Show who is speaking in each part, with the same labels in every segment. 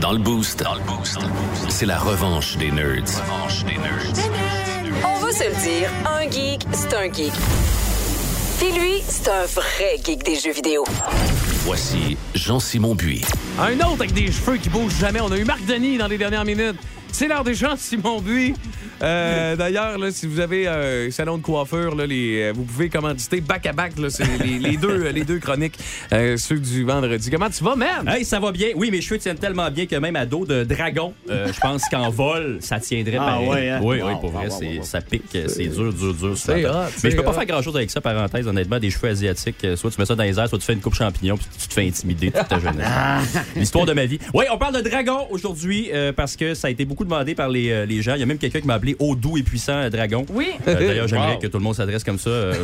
Speaker 1: Dans le boost, dans le boost, c'est la revanche des nerds.
Speaker 2: On va se le dire, un geek, c'est un geek. Puis lui, c'est un vrai geek des jeux vidéo.
Speaker 1: Voici Jean-Simon Buis.
Speaker 3: Un autre avec des cheveux qui bougent jamais. On a eu Marc Denis dans les dernières minutes. C'est l'heure des gens, Simon Buis. Euh, D'ailleurs, là, si vous avez euh, un salon de coiffure, là, les, euh, vous pouvez commanditer back à back là, c'est les, les deux, les deux chroniques, euh, ceux du vendredi. Comment tu vas, man?
Speaker 4: Hey, ça va bien. Oui, mes cheveux tiennent tellement bien que même à dos de dragon, euh, je pense qu'en vol, ça tiendrait
Speaker 5: Ah
Speaker 4: pareil.
Speaker 5: ouais, hein?
Speaker 4: Oui,
Speaker 5: Wow,
Speaker 4: oui, pour
Speaker 5: wow,
Speaker 4: vrai,
Speaker 5: wow,
Speaker 4: c'est-
Speaker 5: wow.
Speaker 4: ça pique, euh, c'est dur, dur, dur. sur
Speaker 3: c'est
Speaker 4: la
Speaker 3: hot,
Speaker 4: tête.
Speaker 3: c'est
Speaker 4: Mais je peux pas
Speaker 3: hot.
Speaker 4: faire grand-chose avec ça, parenthèse, honnêtement, des cheveux asiatiques. euh, Soit tu mets ça dans les airs, soit tu fais une coupe champignon, puis tu te fais intimider toute ta jeunesse. L'histoire de ma vie. Oui, on parle de dragon aujourd'hui euh, parce que ça a été beaucoup demandé par les, euh, les gens. Il y a même quelqu'un qui m'a appelé au doux et puissant euh, dragon.
Speaker 6: Oui.
Speaker 4: Euh, D'ailleurs, j'aimerais
Speaker 3: Wow.
Speaker 4: que tout le monde s'adresse comme ça euh,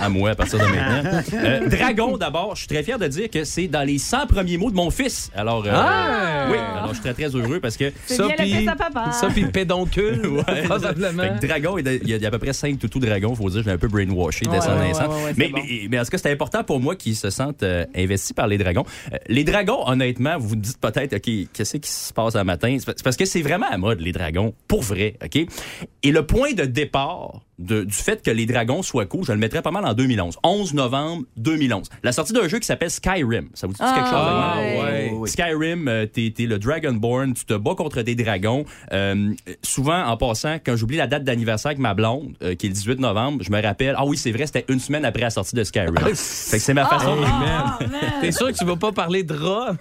Speaker 4: à moi à partir de maintenant. Euh, Dragon, d'abord, je suis très fier de dire que c'est dans les 100 premiers mots de mon fils. Alors, euh,
Speaker 3: Ah!
Speaker 4: oui, alors je suis très, très heureux parce que.
Speaker 6: C'est bien le
Speaker 3: puis-
Speaker 6: fils à papa.
Speaker 3: Ça, puis pédoncule, probablement.
Speaker 4: Fait que Dragon, il y a- il y, a, il y a à peu près 5 toutous dragons, faut dire, je l'ai un peu brainwashé dès
Speaker 6: Ouais,
Speaker 4: son
Speaker 6: ouais,
Speaker 4: naissance.
Speaker 6: ouais, ouais, ouais,
Speaker 4: mais,
Speaker 6: c'est bon.
Speaker 4: mais, mais en tout cas, c'était important pour moi qu'ils se sentent euh, investis par les dragons. Euh, les dragons, honnêtement, vous vous dites peut-être, OK, qu'est-ce qui se passe à matin? C'est pa- c'est parce que c'est vraiment à mode, les dragons, pour vrai, OK? Et le point de départ de- du fait que les dragons soient cool, je le mettrais pas mal en 2011. 11 novembre 2011. La sortie d'un jeu qui s'appelle Skyrim. Ça vous dit quelque chose?
Speaker 3: Ah,
Speaker 4: Daniel?
Speaker 3: ouais.
Speaker 4: Skyrim, euh, t'es t'es le Dragonborn, tu te bats contre des dragons. Euh, souvent, en passant, quand j'oublie la date d'anniversaire avec ma blonde, euh, qui est le 18 novembre, je me rappelle, ah oui, c'est vrai, c'était une semaine après la sortie de Skyrim.
Speaker 3: Ah,
Speaker 4: fait que c'est ma façon de
Speaker 6: Oh, man.
Speaker 3: T'es sûr que tu vas pas parler de rats?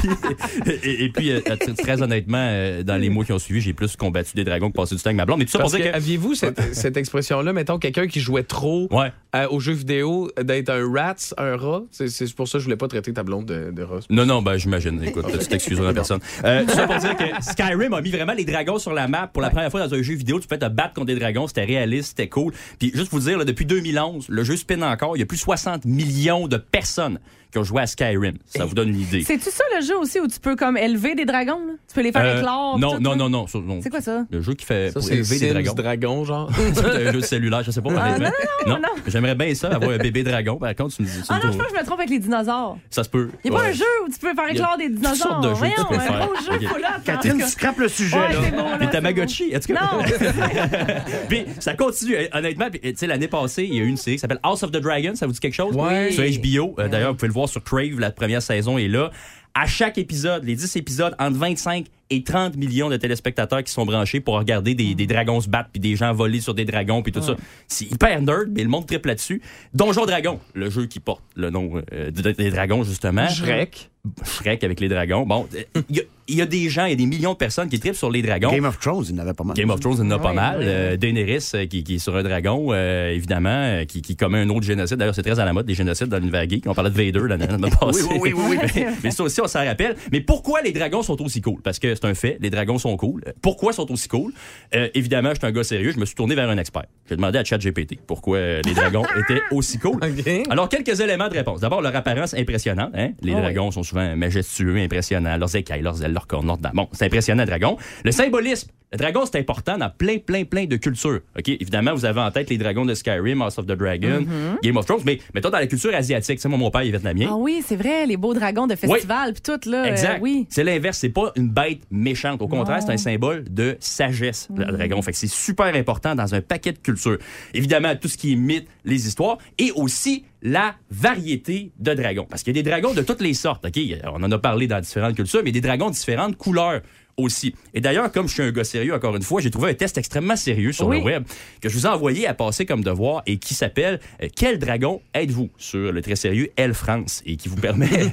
Speaker 4: Puis- et, et puis, euh, tr- très honnêtement, euh, dans les mois qui ont suivi, j'ai plus combattu des dragons que passé du temps avec ma blonde. Mais tout ça pour
Speaker 3: Parce
Speaker 4: dire
Speaker 3: que,
Speaker 4: que...
Speaker 3: aviez-vous cette, cette expression-là, mettons, quelqu'un qui jouait trop
Speaker 4: Ouais.
Speaker 3: euh, aux jeux vidéo, d'être un rats, un rat? C'est- C'est pour ça que je voulais pas traiter ta blonde de, de rat.
Speaker 4: Non, non, ben j'imagine. Écoute, tu t'excuseras à personne. Euh, tout ça pour dire que Skyrim a mis vraiment les dragons sur la map pour la première fois dans un jeu vidéo. Tu peux te battre contre des dragons, c'était réaliste, c'était cool. Puis juste vous dire, là, depuis 2011, le jeu spin encore. Il y a plus de 60 millions de personnes qui ont joué à Skyrim. Ça vous donne une idée.
Speaker 6: C'est-tu ça le jeu aussi où tu peux comme élever des dragons? là? Tu peux les faire
Speaker 4: Euh,
Speaker 6: éclore?
Speaker 4: non,
Speaker 6: tout,
Speaker 4: non,
Speaker 6: là?
Speaker 4: non, non, ça, non.
Speaker 6: C'est quoi ça?
Speaker 4: Le jeu qui fait
Speaker 3: Ça,
Speaker 4: pour
Speaker 3: c'est
Speaker 4: élever des
Speaker 3: Sims
Speaker 4: dragons.
Speaker 3: dragon, genre.
Speaker 4: C'est un jeu de cellulaire, je sais pas.
Speaker 6: Ah,
Speaker 4: honnêtement.
Speaker 6: non, non, non.
Speaker 4: J'aimerais bien ça, avoir un bébé dragon. Par contre, tu me dis. tu
Speaker 6: Ah
Speaker 4: me
Speaker 6: non, je
Speaker 4: trouves-
Speaker 6: pense que je me trompe avec les dinosaures.
Speaker 4: Ça se peut.
Speaker 6: Il n'y a pas
Speaker 4: Ouais.
Speaker 6: un jeu où tu peux
Speaker 4: y
Speaker 6: faire
Speaker 4: a
Speaker 6: éclore des
Speaker 4: toutes
Speaker 6: dinosaures.
Speaker 4: sortes de jeux que tu peux
Speaker 6: Voyons, un
Speaker 4: faire.
Speaker 6: gros jeu
Speaker 4: Ok.
Speaker 6: faut là.
Speaker 5: Catherine, scrape le sujet,
Speaker 6: Ouais,
Speaker 5: là.
Speaker 6: c'est bon, là.
Speaker 4: Les
Speaker 6: c'est
Speaker 4: Tamagotchi, est-ce que.
Speaker 6: bon. Non, c'est ça.
Speaker 4: Puis ça continue. Euh, Honnêtement, puis, euh, tu sais, l'année passée, il y a eu une série qui s'appelle House of the Dragon. Ça vous dit quelque chose?
Speaker 3: Ouais.
Speaker 4: Sur HBO. Euh, D'ailleurs, vous pouvez le voir sur Crave. La première saison est là. À chaque épisode, les 10 épisodes, entre 25 et 30 millions de téléspectateurs qui sont branchés pour regarder des, des dragons se battre, puis des gens voler sur des dragons, puis tout ça. C'est hyper nerd, mais le monde triple là-dessus. Donjon Dragon, le jeu qui porte le nom euh, de- de- des dragons, justement.
Speaker 3: Shrek.
Speaker 4: Shrek avec les dragons. Bon, euh, il y, a- il y a des gens, il y a des millions de personnes qui trippent sur les dragons.
Speaker 5: Game of Thrones, il n'avait pas mal.
Speaker 4: Game of Thrones, il y en
Speaker 5: Ah
Speaker 4: a pas
Speaker 6: Ouais,
Speaker 4: mal.
Speaker 6: ouais.
Speaker 4: Euh, Daenerys, euh, qui, qui est sur un dragon, euh, évidemment, euh, qui, qui commet un autre génocide. D'ailleurs, c'est très à la mode, des génocides dans l'univers geek. On parlait de Vader l'année l'année passée.
Speaker 5: oui, oui, oui, oui.
Speaker 4: mais, mais ça aussi, on s'en rappelle. Mais pourquoi les dragons sont aussi cool? Parce que c'est un fait, les dragons sont cool. Euh, Pourquoi sont aussi cool? Euh, évidemment, je suis un gars sérieux, je me suis tourné vers un expert. J'ai demandé à ChatGPT pourquoi euh, les dragons étaient aussi cool.
Speaker 3: OK.
Speaker 4: Alors, quelques éléments de réponse. D'abord, leur apparence impressionnante. Hein? Les dragons sont souvent majestueux, impressionnants. Leurs écailles, leurs ailes, leurs cornes, leurs dents. Bon, c'est impressionnant, le dragon. Le symbolisme. Le dragon, c'est important dans plein, plein, plein de cultures. OK? Évidemment, vous avez en tête les dragons de Skyrim, House of the Dragon, Game of Thrones, mais mettons dans la culture asiatique. Tu sais, moi, mon père est vietnamien.
Speaker 6: Ah oui, c'est vrai, les beaux dragons de festival, puis tout, là. euh,
Speaker 4: Exact.
Speaker 6: oui.
Speaker 4: C'est l'inverse. C'est pas une bête méchante. Au contraire, c'est un symbole de sagesse, le
Speaker 6: Mm.
Speaker 4: dragon. Fait que c'est super important dans un paquet de cultures. Évidemment, tout ce qui est mythe, les histoires et aussi la variété de dragons. Parce qu'il y a des dragons de toutes les sortes. OK? On en a parlé dans différentes cultures, mais des dragons de différentes couleurs aussi. Et d'ailleurs, comme je suis un gars sérieux, encore une fois, j'ai trouvé un test extrêmement sérieux sur
Speaker 6: Oui.
Speaker 4: le web que je vous ai envoyé à passer comme devoir et qui s'appelle euh, Quel dragon êtes-vous sur le très sérieux Elle France et qui vous permet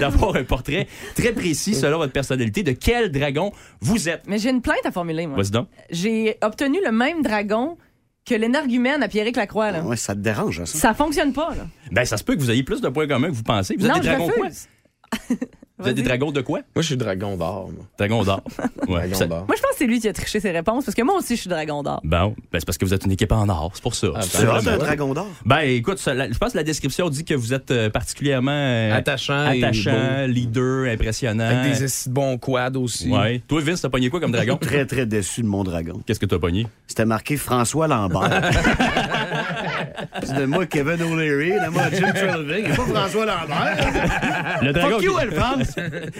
Speaker 4: d'avoir un portrait très précis selon votre personnalité de quel dragon vous êtes.
Speaker 6: Mais j'ai une plainte à formuler, moi.
Speaker 4: Vas-y donc.
Speaker 6: J'ai obtenu le même dragon que l'énergumène à Pierrick Lacroix, là.
Speaker 5: Ah Ouais, ça te dérange, hein, ça.
Speaker 6: Ça fonctionne pas, là.
Speaker 4: Ben, ça se peut que vous ayez plus de points communs que vous pensez. Vous êtes
Speaker 6: non,
Speaker 4: des
Speaker 6: je
Speaker 4: dragons quoi?
Speaker 6: refuse.
Speaker 4: Vous êtes des
Speaker 6: Vas-y.
Speaker 4: dragons de quoi?
Speaker 3: Moi, je suis dragon d'or, moi.
Speaker 4: Dragons d'or. Ouais,
Speaker 3: Dragon
Speaker 4: ça-
Speaker 3: d'or.
Speaker 6: Moi, je pense que c'est lui qui a triché ses réponses, parce que moi aussi, je suis dragon d'or.
Speaker 4: Bon, ben, c'est parce que vous êtes une équipe en or, c'est pour ça.
Speaker 3: Ah,
Speaker 4: C'est
Speaker 5: C'est
Speaker 3: ben,
Speaker 5: vrai,
Speaker 4: vraiment-
Speaker 5: c'est un dragon d'or.
Speaker 4: Ben écoute, ça, la- je pense que la description dit que vous êtes euh, particulièrement euh,
Speaker 3: Attachant et
Speaker 4: attachant, leader, impressionnant.
Speaker 3: Avec des esti de bons quads aussi.
Speaker 4: Ouais. Toi, Vince, t'as pogné quoi comme dragon?
Speaker 5: Très, très déçu de mon dragon.
Speaker 4: Qu'est-ce que t'as pogné?
Speaker 5: C'était marqué François Lambert. C'est de moi Kevin O'Leary, de moi Jim Trelving, et pas François Lambert.
Speaker 4: Le dragon,
Speaker 5: Fuck
Speaker 4: qui...
Speaker 5: you, Air France!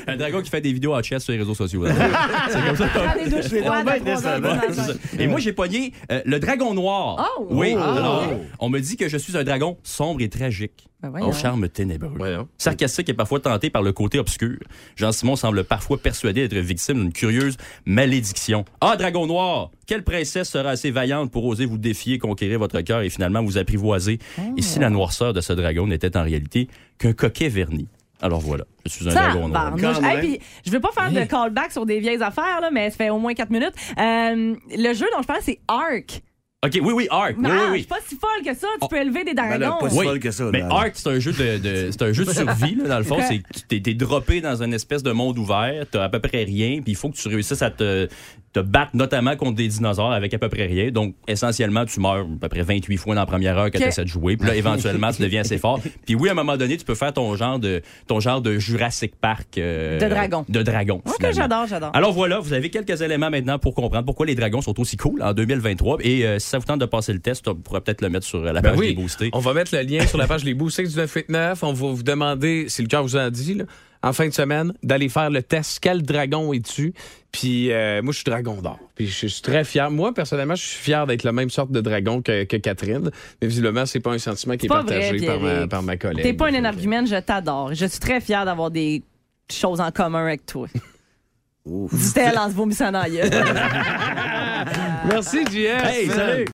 Speaker 4: un dragon qui fait des vidéos à chess sur les réseaux sociaux.
Speaker 6: Prends des douches froides à
Speaker 5: bien
Speaker 6: trois heures du
Speaker 5: décevant.
Speaker 6: matin.
Speaker 4: C'est ça. Et moi, j'ai pogné euh, le dragon noir.
Speaker 6: Oh!
Speaker 4: oui.
Speaker 6: Oh!
Speaker 4: Alors, on me dit que je suis un dragon sombre et tragique,
Speaker 6: Ben voyons.
Speaker 4: au charme ténébreux,
Speaker 3: Voyons.
Speaker 4: sarcastique et parfois tenté par le côté obscur. Jean-Simon semble parfois persuadé d'être victime d'une curieuse malédiction. Ah, dragon noir, quelle princesse sera assez vaillante pour oser vous défier, conquérir votre cœur et finalement vous apprivoiser
Speaker 6: Ah.
Speaker 4: Et si la noirceur de ce dragon n'était en réalité qu'un coquet verni Alors voilà, je suis un
Speaker 6: Ça,
Speaker 4: dragon noir.
Speaker 6: barnouche.
Speaker 5: Quand même.
Speaker 6: Hey, puis, je veux pas faire
Speaker 5: Hein?
Speaker 6: de callback sur des vieilles affaires, là, mais ça fait au moins 4 minutes. Euh, le jeu dont je parle, c'est Arc.
Speaker 4: Ok, oui, oui, Arc.
Speaker 6: Mais
Speaker 4: oui,
Speaker 6: Arc,
Speaker 4: oui,
Speaker 6: je
Speaker 4: oui.
Speaker 6: suis pas si folle que ça. Tu peux élever des
Speaker 5: Ben là,
Speaker 6: dragons.
Speaker 5: pas si
Speaker 4: Oui.
Speaker 5: folle que ça.
Speaker 4: Mais
Speaker 5: là.
Speaker 4: Ark, c'est un jeu de, de- c'est un jeu de survie, là, dans le fond.
Speaker 6: Ouais.
Speaker 4: C'est que t'es, t'es droppé dans une espèce de monde ouvert, t'as à peu près rien, puis il faut que tu réussisses à te, te battre, notamment contre des dinosaures avec à peu près rien. Donc, essentiellement, tu meurs à peu près 28 fois dans la première heure que
Speaker 6: Ok.
Speaker 4: t'essaies de jouer, puis là, éventuellement, tu deviens assez fort. Puis oui, à un moment donné, tu peux faire ton genre de, ton genre de Jurassic Park. euh,
Speaker 6: De dragon.
Speaker 4: De dragon.
Speaker 6: Ok,
Speaker 4: finalement.
Speaker 6: j'adore, j'adore.
Speaker 5: Ah,
Speaker 4: Alors voilà, vous avez quelques éléments maintenant pour comprendre pourquoi les dragons sont aussi cool en 2023. Et euh, si ça vous tente de passer le test, on pourra peut-être le mettre sur euh, la page
Speaker 3: Ben oui,
Speaker 4: des boostés.
Speaker 3: on va mettre le lien sur la page Les Boostés du 989. On va vous demander, si le cœur vous en dit, là, en fin de semaine, d'aller faire le test. Quel dragon es-tu? Puis euh, moi, je suis dragon d'or. Puis je suis très fier. Moi, personnellement, je suis fier d'être la même sorte de dragon que, que Catherine. Mais visiblement, c'est pas un sentiment qui est
Speaker 6: pas vrai,
Speaker 3: partagé par, ma,
Speaker 6: Pierrick.
Speaker 3: par ma collègue.
Speaker 6: T'es
Speaker 5: ben
Speaker 6: pas un énergumène, je t'adore. Je suis très fière d'avoir des choses en commun avec toi.
Speaker 5: Ouf.
Speaker 6: Dit-elle en se vomissant dans la gueule.
Speaker 3: Merci, JF.
Speaker 4: Hey, salut!